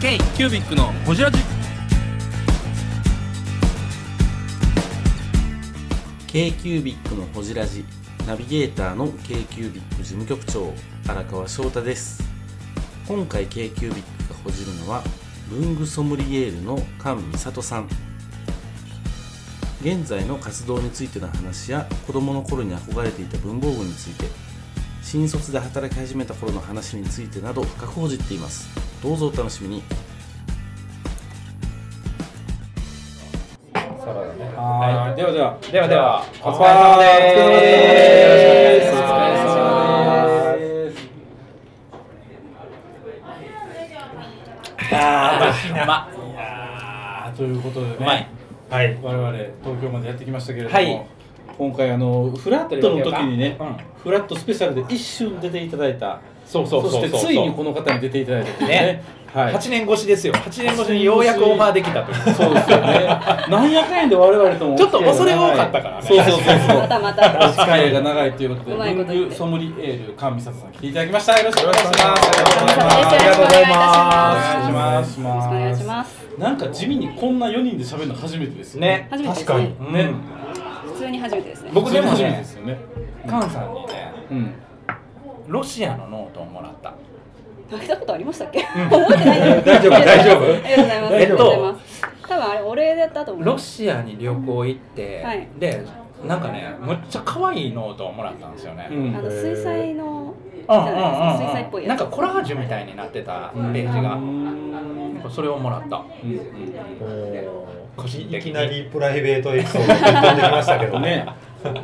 K キュービックのホジラジ k q b i c のほじラジナビゲーターの k q b i c 事務局長荒川翔太です今回 k q b i c がほじるのは文具ソムリエールの菅美里さん現在の活動についての話や子供の頃に憧れていた文房具について新卒で働き始めた頃の話についてなど深くほじっていますどうぞお楽しみにはい、ではでは、ではでは、お疲れれ様で様ですす。お疲れ様でまいやーということでね、うまいはい、我々東京までやってきましたけれども、はい今回あのフラットの時にね、うんフラットスペシャルで一瞬出ていただいた、そうそうそうそうしてついにこの方に出ていただいたというね、ねはい、八年越しですよ。八年越しにようやくオファーできたという。 そうですよ ね。なんやかんやで我々ともちょっと恐れ多かったからねそうそうそうそう。またまたお付き合いが長いということで、うまいこと言って文具ソムリエール神美里さん来ていただきました。よろしくお願いします。ありがとうございまお願いしすよろましす。くお願いします。なんか地味にこんな4人で喋るの初めてですよね。初めてです確かねに。ね。ね普通に初めてですね。僕でも初めてでね、すよね。カンさんにね、うん。ロシアのノートをもらった。負けたことありましたっけ？覚えてな大い。丈夫大丈夫ありがとうございます。あえりっがととうございます。多分あれお礼だったと思う。ロシアに旅行行って、はいで、なんかね、むっちゃ可愛いノートをもらったんですよね。うあん。の水彩のじうんうんうゃんないですか。水彩っぽういん。なやんつか。コラージュみたいになってたページが、なんかそれをもらった。う個人的にいきなりプライベートエピソードが飛んできましたけどん。ねね。。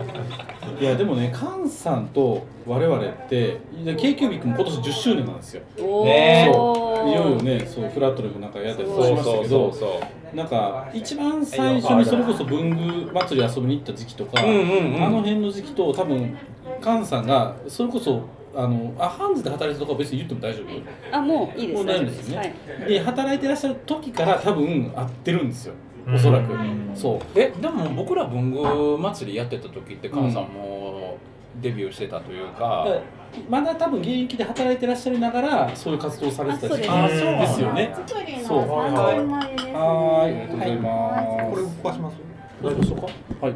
いやでもね、菅さんと我々って、k q b i c も今年10周年なんですよ。おねそういよいよお。ねそうフラットでもなんかやったりしまそしうたそけうどそうそう。なんか一番最初にそれこそ文具祭り遊びに行った時期とか、うんうんうんあの辺の時期と多分菅さんがそれこそあのあハンズで働いてるとかは別に言っても大丈夫あもういいです。もう大丈夫ですね、はい。で働いてらっしゃる時から多分会ってるんですよおそらく、うんそうえでも僕ら文具祭りやってた時って菅さんもデビューしてたというだか、からまだ多分現役で働いてらっしゃりながらそういう活動をされてた時期あそうですですよねストーリーそうの参考になりですねはーいありがとうございこます、れ動かします。大丈夫でしょうかはい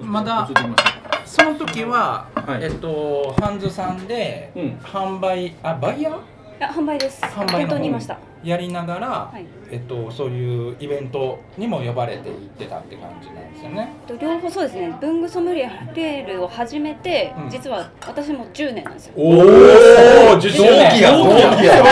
まだ教えてみましょその時は、はいえっとハンズさんでうん販売あバイヤーあ販売です。販売の方店頭にいました。やりながら、はい。えっとそういうイベントにも呼ばれて行ってたって感じなんですよね。と両方そうですね。文具ソムリエールを始めてうん実は私も10年なんですよ。おおお同同期や同期や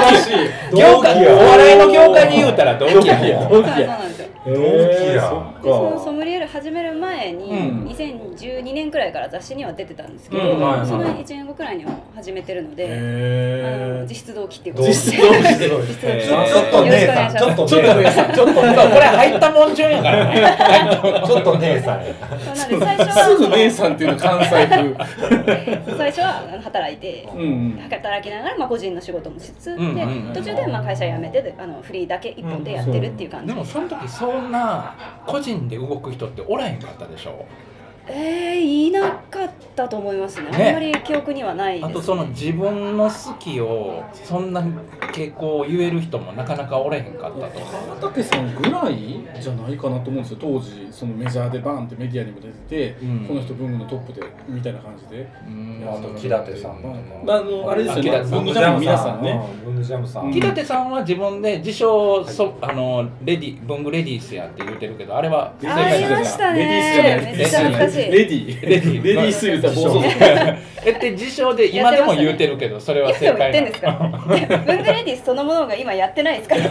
業界お笑いの業界で言うたら同期やうもん同期そうそうやなんですよ。同期や。でそのソムリエール始める前に、うん2012年くらいから雑誌には出てたんですけうど、んはいはいその1年後くらいには始めてるので、あのへ実質同期っていうこと同で期す同期すごい。同期ちょっと姉さん、ちょっとちょっと姉さん、ちょっとこれ入ったもん順やからね。ちょっと姉さんや。そうなんで最初はすぐ姉さんっていうの関西風最初はあの働いてうんうん働きながらまあ個人の仕事もしつつ、うんうんうんうんで途中でまあ会社辞めてであのフリーだけ一本でやってるっていう感じ、でもその時そんな個人で動く人っておらへんかったでしょえー、いなかったと思いますねねあんまり記憶にはないですあとその自分の好きをそんな傾向を言える人もなかなかおらへんかったと思川う竹さんぐらいじゃないかなと思うんですよ当時そのメジャーでバーンってメディアにも出てて、うんこの人文具のトップでみたいな感じで、うんああとと木木立立ささんんととまああのあれですよね文具ジャム皆さんね。文具ジャムさん。木立さんは自分で自称そあのレディ文具レディースやって言うてるけどあれはレディあースりじゃないましたねレめっちゃ懐ディースじゃないかしいレディレディーレディース言うたら暴走族えって自称で今でも言うてるけどそれは今で正も言解ってなんのですから 文具レディースそのものが今やってないですから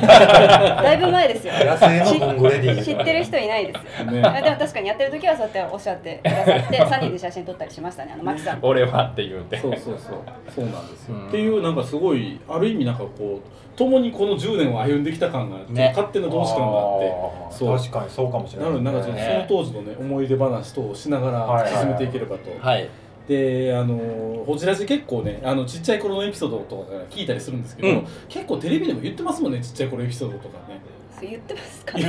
だいぶ前ですよ野生の文具レディー知ってる人いないですよ、ねあでも確かにやってる時はそうやっておっしゃってくださって3人で写真撮ったりしましたねあのマキさん俺はって言うてそうそうそうそうなんですよ、うんっていうなんかすごいある意味なんかこう共にこの10年を歩んできた感があって、ね勝手な同志感があってあーそう確かにそうかもしれなない。のでなんかちょっとその当時のね思い出話等をしながらはいはいはい進めていければと、はいであのホジラジ結構ねあのちっちゃい頃のエピソードとかから聞いたりするんですけど、うん結構テレビでも言ってますもんねちっちゃい頃エピソードとかねそう言ってますかね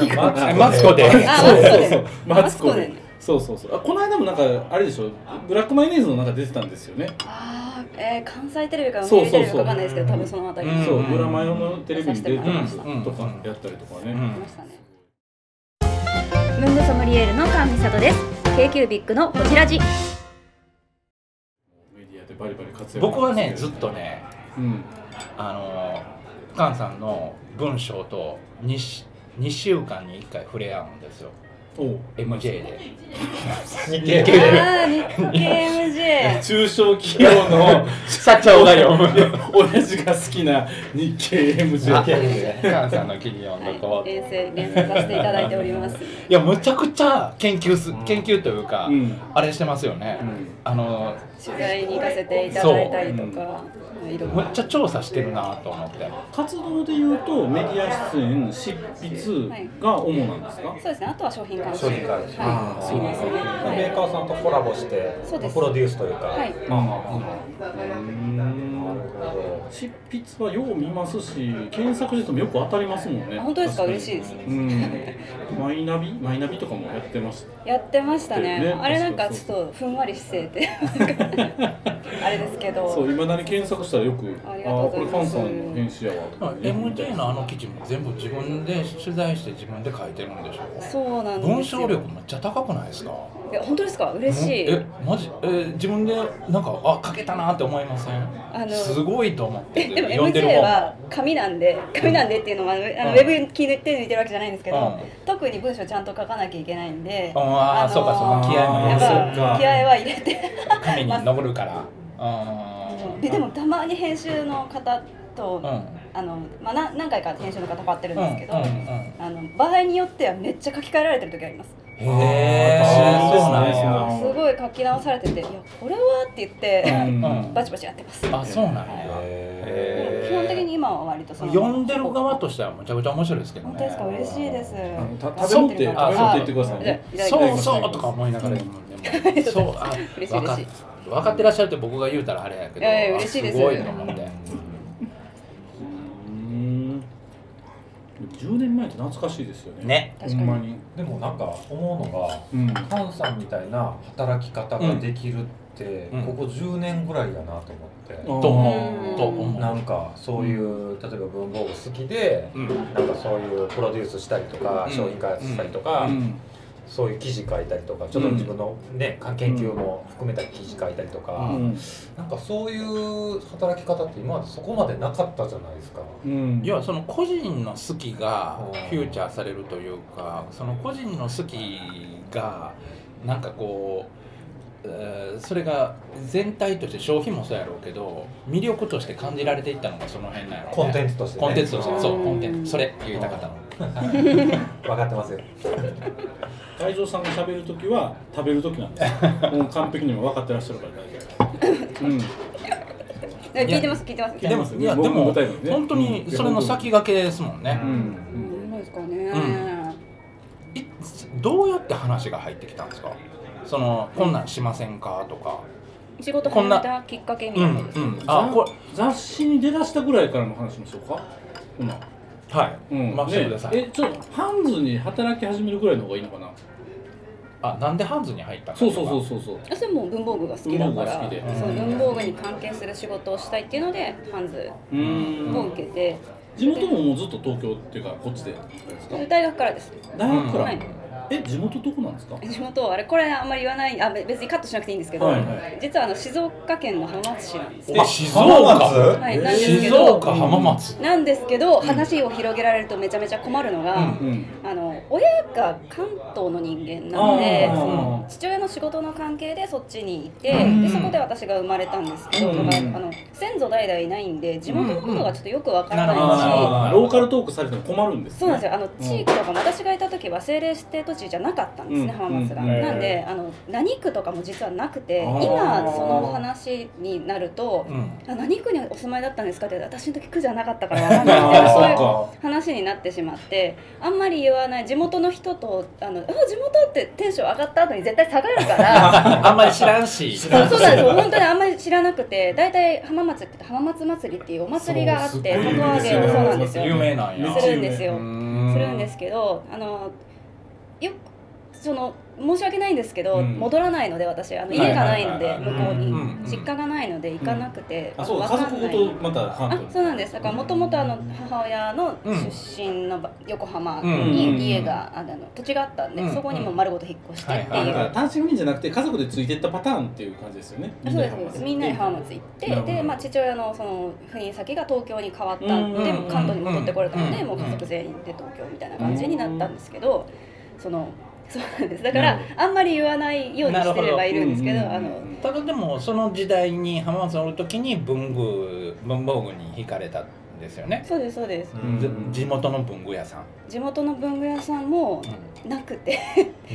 じゃあえマツコであそうマツコそうそうマツコででマツコでねそうそうそうあこの間もなんかあれでしょブラックマヨネーズの中出てたんですよねあえー、関西テレビかそう読売そうそうテレビかわかんないですけど多分そのあたりうんにそそうう村マヨのテレビに出たりうんとかやったりとかうね、んましたね文具ソムリエールの川美里です k q ビッグのこちらじメディアでバリバリ活躍僕はねずっとねうんあのカンさんの文章と 2, 2週間に1回触れ合うんですよおう MJ で日経あー日本 KMJ 中小企業の社長が読む親父が好きな日経 MJ カンさんの記事読んはどいこう、い、遠征連載させていただいておりますやむちゃくちゃ研究す研究というか、うんあれしてますよね、うんあの取材に行かせていただいたりとかいろんむっなちゃ調査してるなと思って活動でいうとメディア出演執筆が主なんですか、そうですねあとは商品監修商品監修はいそうですねメーカーさんとコラボしてそうですプロデュースというか、はいまあまあまあまあうーん執筆はよう見ますし検索してもよく当たりますもんねあ本当ですか確に嬉しいですうんマイナビマイナビとかもやってますやってましたねねあれなんかちょっとふんわり姿勢てあれですけどそういまだに検索したらよくありがとあうあこござれいますカンさんの編集やわとかね MJ のあの記事も全部自分で取材して自分で書いてるんでしょそうなんですよ文章力めっちゃ高くないですかえ本当ですか嬉しいえマジえー自分でなんかあ書けたなって思いませんあのすごいと思ってえでも読んでる MJ 本は紙なんで紙なんでっていうのはあのあのうウんェブ気抜いて抜いてるわけじゃないんですけうどん特に文章ちゃんと書かなきゃいけないんでうんあーそうかそうか気合いもやっあーそうかぱ気合は入れて紙に登るからうんででもたまに編集の方とうんあの、まあ、な何回か編集の方変わってるんですけどうんうんうんあの場合によってはめっちゃ書き換えられてる時ありますへえあーそうなんですそうよなんすごい書き直されてて「いやこれは?」って言ってうんうんバチバチやってますあそうなんやへ基本的に今は割とその読んでる側としてはむちゃくちゃ面白いですけど本ね当ですか嬉しいですあのた食べ物って食べあ物って言ってくださいじゃあねいただきそまうすそうとか思いながら読む でもそうあ嬉しい分かっ嬉しい分かってらっしゃるって僕が言うたらあれやけどいやいやあ嬉しいですごいと思ってうーん10年前って懐かしいですよねね確かほにんまにでもなんか思うのがうん菅さんみたいな働き方ができるって、うんここ10年ぐらいやなと思って、あと思うんうと思うなんかそういう例えば文房具好きでうんなんかそういうプロデュースしたりとか、うん商品開発したりとか、うんそういう記事書いたりとかちょっと自分の、ね研究も含めた記事書いたりとか、うんなんかそういう働き方って今までそこまでなかったじゃないですか。うん要はその個人の好きがうんフューチャーされるというかその個人の好きがなんかこうえーそれが全体として消費もそうやろうけど魅力として感じられていったのがその辺なんやろうねコンテンツとして、ね、コンテンツとしてそううんコンテンツそれ言いたかったの分かってますよ太蔵さんが喋るときは食べるときなんですよ もう完璧にも分かってらっしゃるから大丈夫うんえ聞いてます聞いてます聞いてやでもまもすいやで僕もも答えるのね本当にそれの先駆けですもんねううんううんんどうですかね、いどうやって話が入ってきたんですかそのこんなんしませんかとか仕事始めたきっかけみうたんいなですうね、んああここれ雑誌に出だしたぐらいからの話しましょうかほなれはういん任せてくださいねえちょっとハンズに働き始めるぐらいの方がいいのかなあなんでハンズに入ったのそうそうそうそうそうそれも文房具が好きだ文か房具がら好きでそう文房具に関係する仕事をしたいっていうのでハンズうーんを受けて、地元ももうずっと東京っていうかこっちでですか大学からです大学から、はいえ地元どこなんですか地元あれこれあんまり言わないあべ別にカットしなくていいんですけど、はいはい実はあの静岡県の浜松市なんですえ静岡はえいーなんですけ静ど岡浜松なんですけど話を広げられるとめちゃめちゃ困るのが、うんうんあの親が関東の人間なのであーその父親の仕事の関係でそっちにいて、うんでそこで私が生まれたんですけど、うんだからあの先祖代々いないんで地元のことがちょっとよくわからないし。あーローカルトークされても困るんです、ね、そうなんですよあの地域とかも私がいた時は政令指定土地じゃなかったんですね、うん浜松が、うんなんであの何区とかも実はなくてあ今ーその話になるとう、んあ何区にお住まいだったんですかって私の時区じゃなかったからわかんないみた いあなーそういうそ話になってしまってあんまり言わない地元の人とあのあ地元ってテンション上がった後に絶対下がるか らあんまり知らんしそうそうなんですよ本当にあんまり知らなくて大体浜松って浜松祭りっていうお祭りがあってそうすっ凧ごい揚げをそうなんです有よ名なんやするんですうよーんするんですけどあのよくその申し訳ないんですけど、うん戻らないので私あのはい家がないのはでい向こうに、うんうんうん実家がないので行かなくて、あそうわだか家んない族ごとまた関あ東にそうなんですだからもともと母親のうん出身のば横浜うんに家が、あの土地があったんで、うんそこにも丸ごと引っ越してっていう、はいあはいだかはら単身赴任じゃなくて家族でついてったパターンっていう感じですよねあそうですそうですみんなで浜松な行っるてほどで、まあ、父親のその赴任先が東京に変わったうんんうんで関東に戻ってこれたのでうんもう家族全員で東京みたいな感じになったんですけどそのそうなんですだからなるあんまり言わないようにしてればいるんですけどあのただでもその時代に浜松におる時に文具文房具に惹かれたんですよね、そうですそうですうんで地元の文具屋さん、地元の文具屋さんもなくて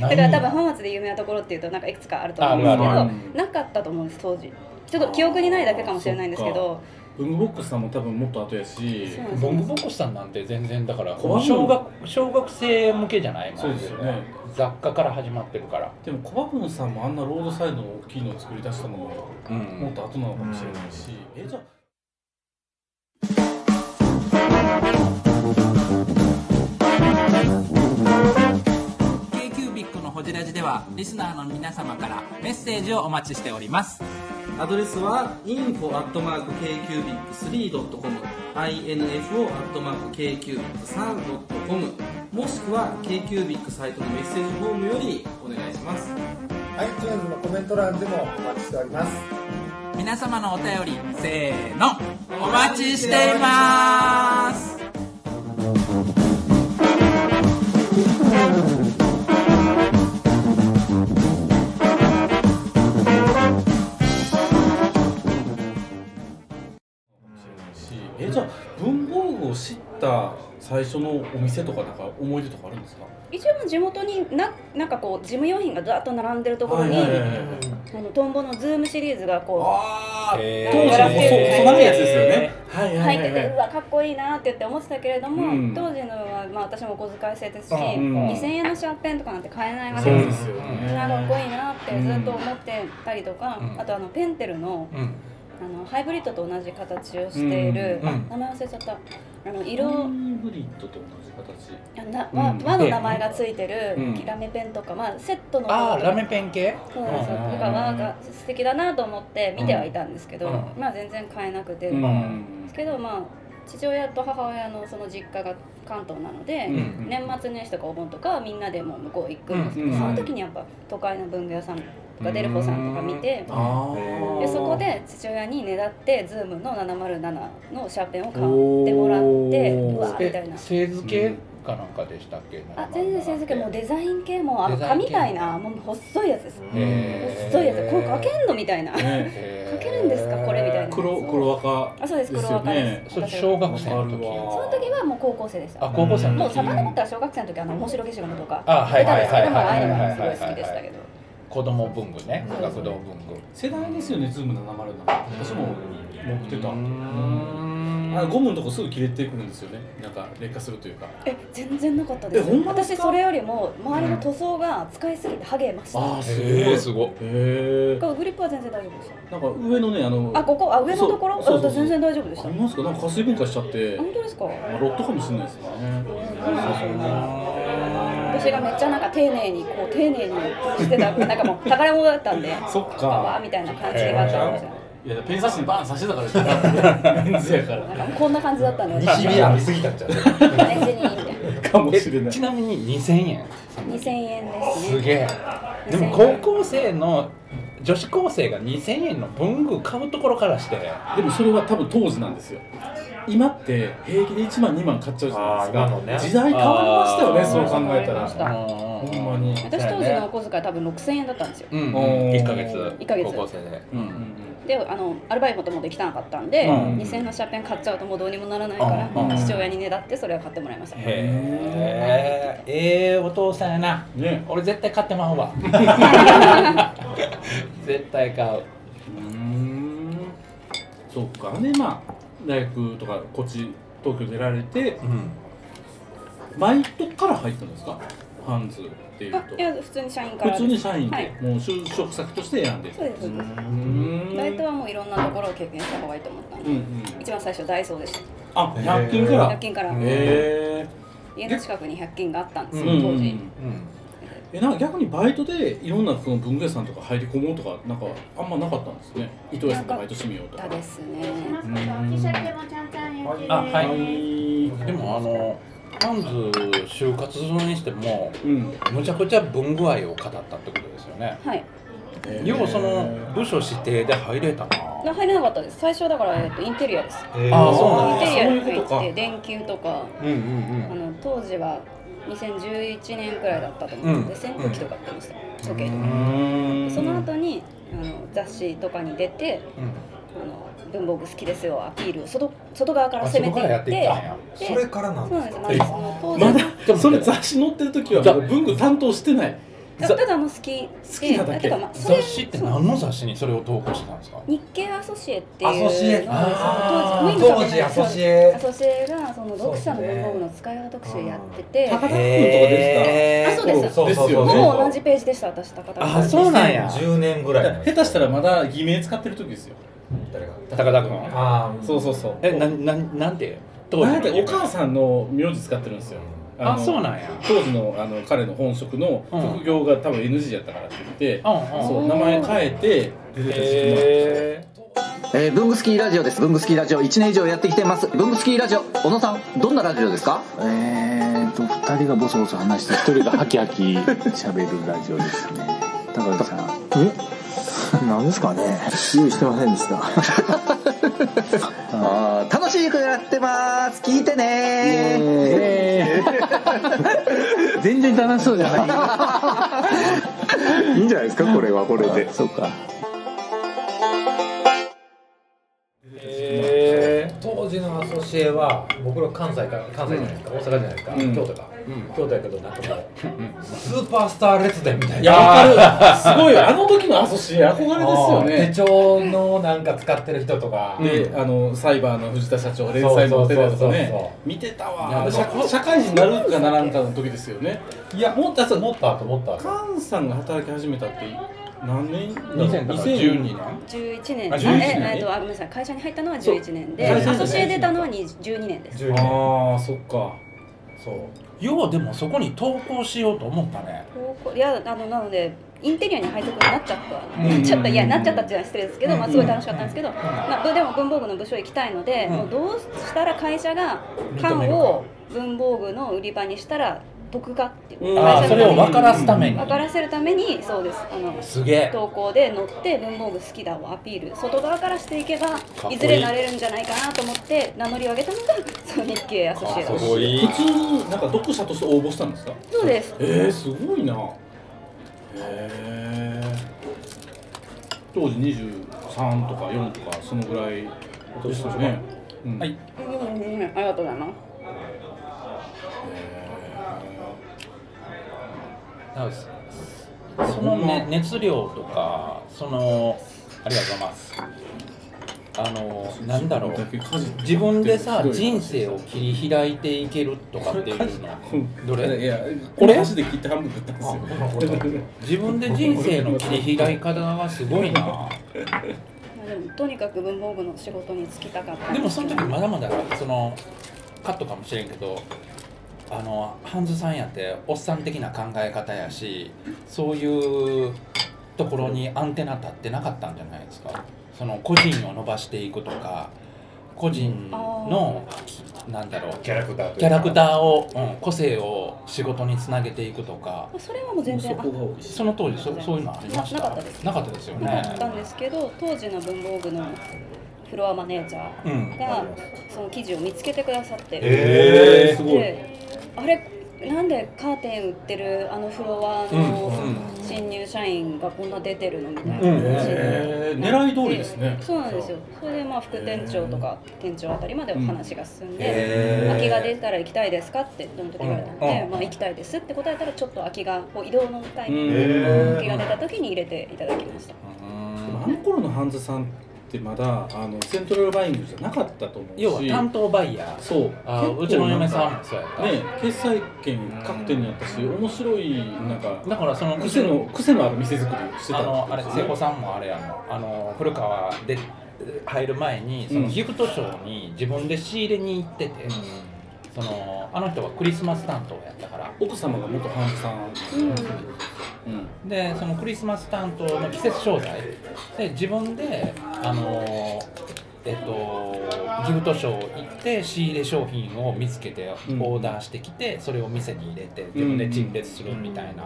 だなかいら多分浜松で有名なところっていうとなんかいくつかあると思うんですけあるあどるなかったと思うんです当時ちょっと記憶にないだけかもしれないんですけど文具ボックスさんも多分もっと後やしそうなんです文具ボックスさんなんて全然だから小判小学小学生向けじゃないもんそうですよね雑貨から始まってるから、でも小バブンさんもあんなロードサイドの大きいのを作り出したのもうんもっと後なのかもしれないし、えじゃあ k q b i c のホジラジではリスナーの皆様からメッセージをお待ちしておりますアドレスは info.kcubic3.com info.kcubic3.com もしくは KQBIC サイトのメッセージフォームよりお願いします iTunes のコメント欄でもお待ちしております皆様のお便りせーのお待ちしていますしえじゃあ文房具を知った最初のお店とかなんか思い出とかあるんですか一応地元にななんかこう事務用品がずっと並んでるところに、はいはいはいはいあのトンボのズームシリーズがこあーへー当時の細細いやつですよねはい入はいっはていて、はいうわかっこいいなって言って思ってたけれども、うん当時のは、まあ、私もお小遣い制ですし、うん2000円のシャーペンとかなんて買えないわそけうでですすよねなんかかっこいいなってずっと思ってたりとか、うんあとあのペンテルのうんあのハイブリッドと同じ形をしている、うんあうん名前忘れちゃったあの色色、ブリッドと同じ形あな和うん和の名前がついてる、うんラメペンとか、まあ、セットのものとかああラメペン系そうなんですようんだからなんか素敵だなと思って見てはいたんですけど、うんまあ全然買えなくて、うんで、すけどまあ父親と母親のその実家が関東なので、うん年末年始とかお盆とかはみんなでもう向こう行くんですけど、うんうんその時にやっぱ都会の文具屋さんとかデルフォさんとか見て。あーでそこで父親にねだってズームの707のシャーペンを買ってもらっておーうわーみたいえな製図系かなんかでしたっけ、あ全然先生もうデザイン系もあのデザイン紙系みたいなもう細いやつですへー細いやつこれかけんのみたい なねかかけるんですかこれみたいな黒黒赤あそうです黒赤でですそれ私小学生の時わかるわその時はもう高校生でしたあ高校生ものう時、遡ったら小学生の時あの面白消しゴムとかあはいたんはでいすけはいはいどもああはいいうのはがいすごい好きでしたけど子供文具ね学童文具世代ですよねズーム707私も持ってたうんあゴムのとこすぐ切れてくるんですよねなんか劣化するというかえ全然なかったでえすほんまです私かそれよりも周りの塗装が使いすぎてハゲましたあーすごいへへーすごいえこうグリップは全然大丈夫でしなんか上のねあのたあここあ上のところそうそうそうあ全然大丈夫でしたありますかなんか加水分解しちゃって、本当ですかまあ、ロットかもしれないですね私がめっちゃなんか丁寧にこう丁寧にしてたなんかもう宝物だったんでそっパワーかみたいな感じがあったんですよいやペン差しにバーン刺してたから ですよメンズやかなんらかもうこんな感じだったんで西日浴びすぎた んじゃないレンジにみたいなかもしれないちなみに2000円2000円ですすねげえでも高校生の女子高生が2000円の文具買うところからしてでもそれは多分当時なんですよ今って平気で1万2万買っちゃうじゃないですあーか今のね時代変わりましたよねそう考えた変わりましたらほんまに、私当時のお小遣い多分6000円だったんですようん、おー1ヶ月一ヶ月高校生でうんであのアルバイトもできなかったんで、うん2000円のシャーペン買っちゃうともうどうにもならないから、うんうん父親にねだってそれは買ってもらいました、へえええお父さんやなうん、ね俺絶対買ってまうわ 絶対買ううーんそっかでまあ大学とかこっち東京出られてうんバイトから入ったんですかハンズっていうとあいや普通に社員から普通に社員で、はいもう就職先として選んでそうですそうですうーんバイトはもういろんなところを経験した方がいいと思ったんうで、んうん一番最初ダイソーでしたあ100均から100均からへえ家の近くに100均があったんですうよ、ん当時、うんえなんか逆にバイトでいろんなその文具屋さんとか入り込もうとかなんかあんまなかったんですね糸屋さんでバイトしてみようとかだですね。ますので、お T シャツもちゃんちゃん焼きです。あははいでもあのハンズ就活にしてもうんむちゃくちゃ文具愛を語ったってことですよねはい。要はその部署指定で入れたなな入れなかったです。最初だからえっとインテリアです。ああそうイなンんだテリアに入そうっていう電球とかうんうんあの当時は2011年くらいだったと思うので扇風機とか売ってました。時計とか。んその後にあの雑誌とかに出てうあの文房具好きですよアピールを外外側からん攻めていってやでそれからなんそうでなんすですかまあその当時まだでもそれ雑誌載ってる時はじゃあ文具担当してないたざただもう好きできなだけてかまあそれ雑誌って何の雑誌にそれを投稿したんですか日経アソシエっていうアソシエのがあそのー当時当時アソシエエアソシエがその読者の文房具の使い方特集やってて、高田君とかでへあそうですしたですよねほぼ同じページでした私高田あそうなんや10年ぐらいの下手したらまだ偽名使ってる時ですよ誰が高田君ああそうそうそうえなななんて当なん時でのお母さんの名字使ってるんですよあのそうなんや当時のあの彼の本職のうん副業が多分 NG やったからって言って、うんうんそう名前変えて出てた時期もあるへえー、文具スキーラジオです文具スキーラジオ1年以上やってきてます文具スキーラジオ小野さんどんなラジオですかえーと2人がボソボソ話して1人がハキハキ喋るラジオですね高橋さんえなんですかね用意してませんでした あー楽しい曲やってます聞いてね全然楽しそうじゃないいいんじゃないですかこれはこれでそうかえ当時のアソシエは僕ら関西から関西じゃないですか、大阪じゃないですか、うん京都か、京都やけどなんかもうスーパースター列伝みたいいなやわかるすごいよあの時のアソシエ憧れ手ですよね帳のなんか使ってる人とか、で、あのサイバーの藤田社長連載持ってたやつとかそうそうそうそうね見てたわいや社社会人になるかならんかの時ですよねいやもっともっと後もっと後菅さんが働き始めたって何年2000から2012年11年ああ11年ねええっとあごめんなさい会社に入ったのは11年でそう会社に入ったアのはソシエ出たのはに12年です10年ああそっかそうようでもそこに投稿しようと思ったね高校いやあのなのでインテリアに配属になっちゃったうんなっちゃったいやなっちゃったっていうのは失礼ですけど、まあ、すごい楽しかったんですけど、んまあ、ぶでも文房具の部署行きたいので、うんもうどうしたら会社が認め缶るかを文房具の売り場にしたら得かっていう、うんあー会社そのれたをめに分からすために分からせるためにそうですあのすげえ投稿で載って文房具好きだをアピール外側からしていけばこいいいずれなれるんじゃないかなと思って名乗り上げたのがその日経やそしかっそこいい普通になんか読者として応募したんですかうですえー、すごいなへえ当時23とか4とかそのぐらいでしたね、うんはいうんうんうんありがとうございますなんかその、ね、熱量とかそのありがとうございますあのなんだろう自分でさ人生を切り開いていけるとかっていうのどいれやこれ箸で切って半分食ったんですよ自分で人生の切り開き方がすごいなまあでもとにかく文房具の仕事に就きたかったでもその時まだまだそのカットかもしれんけどあのハンズさんやっておっさん的な考え方やしそういうところにアンテナ立ってなかったんじゃないですかその個人を伸ばしていくとか個人のなんだろうキャラクターというかキャラクターを、うん個性を仕事につなげていくとかまあそれはもう全然あその当時そそういうのありましたななかったですなかったですよなかったんねですけど当時の文房具のフロアマネージャうーんがその記事を見つけてくださって、えーすごいであれなんでカーテン売ってるあのフロアのうん新入社員がこんな出てるのみたいなうん感じになってえー、狙い通りですねそうなんですよそれでまあ副店長とか店長あたりまでお話が進んで、へ空きが出たら行きたいですかってどの時言われたので、うんまあ、行きたいですって答えたらちょっと空きがこう移動のタイミングえ空きが出た時に入れていただきましたうんでもあの頃のハンズさんってまだあのセントラルバイングじゃなかったと思うし要は担当バイヤーそうあ結構うちの嫁さなんかもそうやった、ね決済権確定になったし面白いなんかだからその癖の癖のある店作りをしてたあのあってれこ瀬古とですねさんもあれやのあの古川で入る前にそのうんギフトショーに自分で仕入れに行ってて、そのあの人はクリスマス担当やったから奥様が元ハンさん、うんうん、でそのクリスマス担当の季節商材で自分であのえっとギフトショー行って仕入れ商品を見つけてうんオーダーしてきて、それを店に入れて自分で陳列するみたいな、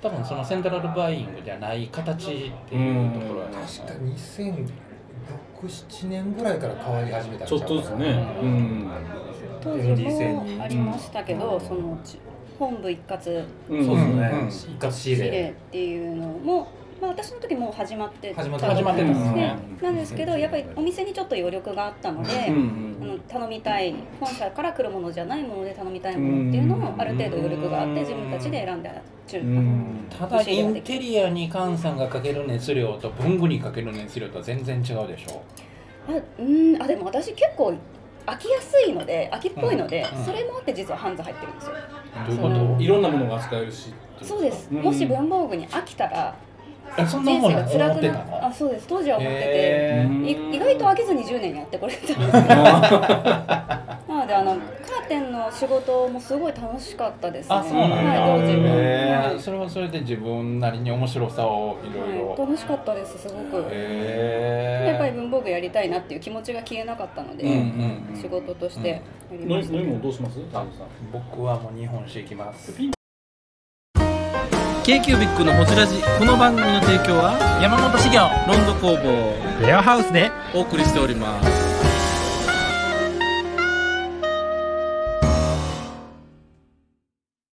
多分そのセントラルバイイングじゃない形っていうところやな確か2006,7年ぐらいから変わり始めたんちょっとずつね、ううん、当時もありましたけど、そのち本部一括うんそうですねん、一括仕仕入入れれっていうのも、まあ、私の時もう始まって始まってた始まってたんですねね、なんですけどやっぱりお店にちょっと余力があったので、うんあうんの頼みたい本社から来るものじゃないもので頼みたいものっていうのもある程度余力があって自分たちで選んだ中うんただインテリアに菅さんがかける熱量と文具にかける熱量とは全然違うでしょあうんあでも私結構飽きやすいので飽きっぽいので、うんうんそれもあって実はハンズ入ってるんですよ、どういうそのこいろんなものが扱えるしっていそうです、んもし文房具に飽きたらとえそんな人もん生やが思っ辛くてなたるのあそうです当時は思ってて、へーい意外と飽きずに10年やってこれ たんですよなのであのカーテンの仕事もすごい楽しかったですねあそうなんだはい同時に、へはーそれはそれで自分なりに面白さをいろいいはろい、楽しかったですすごく、やっぱりへ文房具やりたいなっていう気持ちが消えなかったので、うんうんうん仕事としてやり飲まみした飲み物どうします田辺さんえ僕はもう日本酒行きます k q b i c のホジラジこの番組の提供は山本資源ロンド工房レアハウスでお送りしております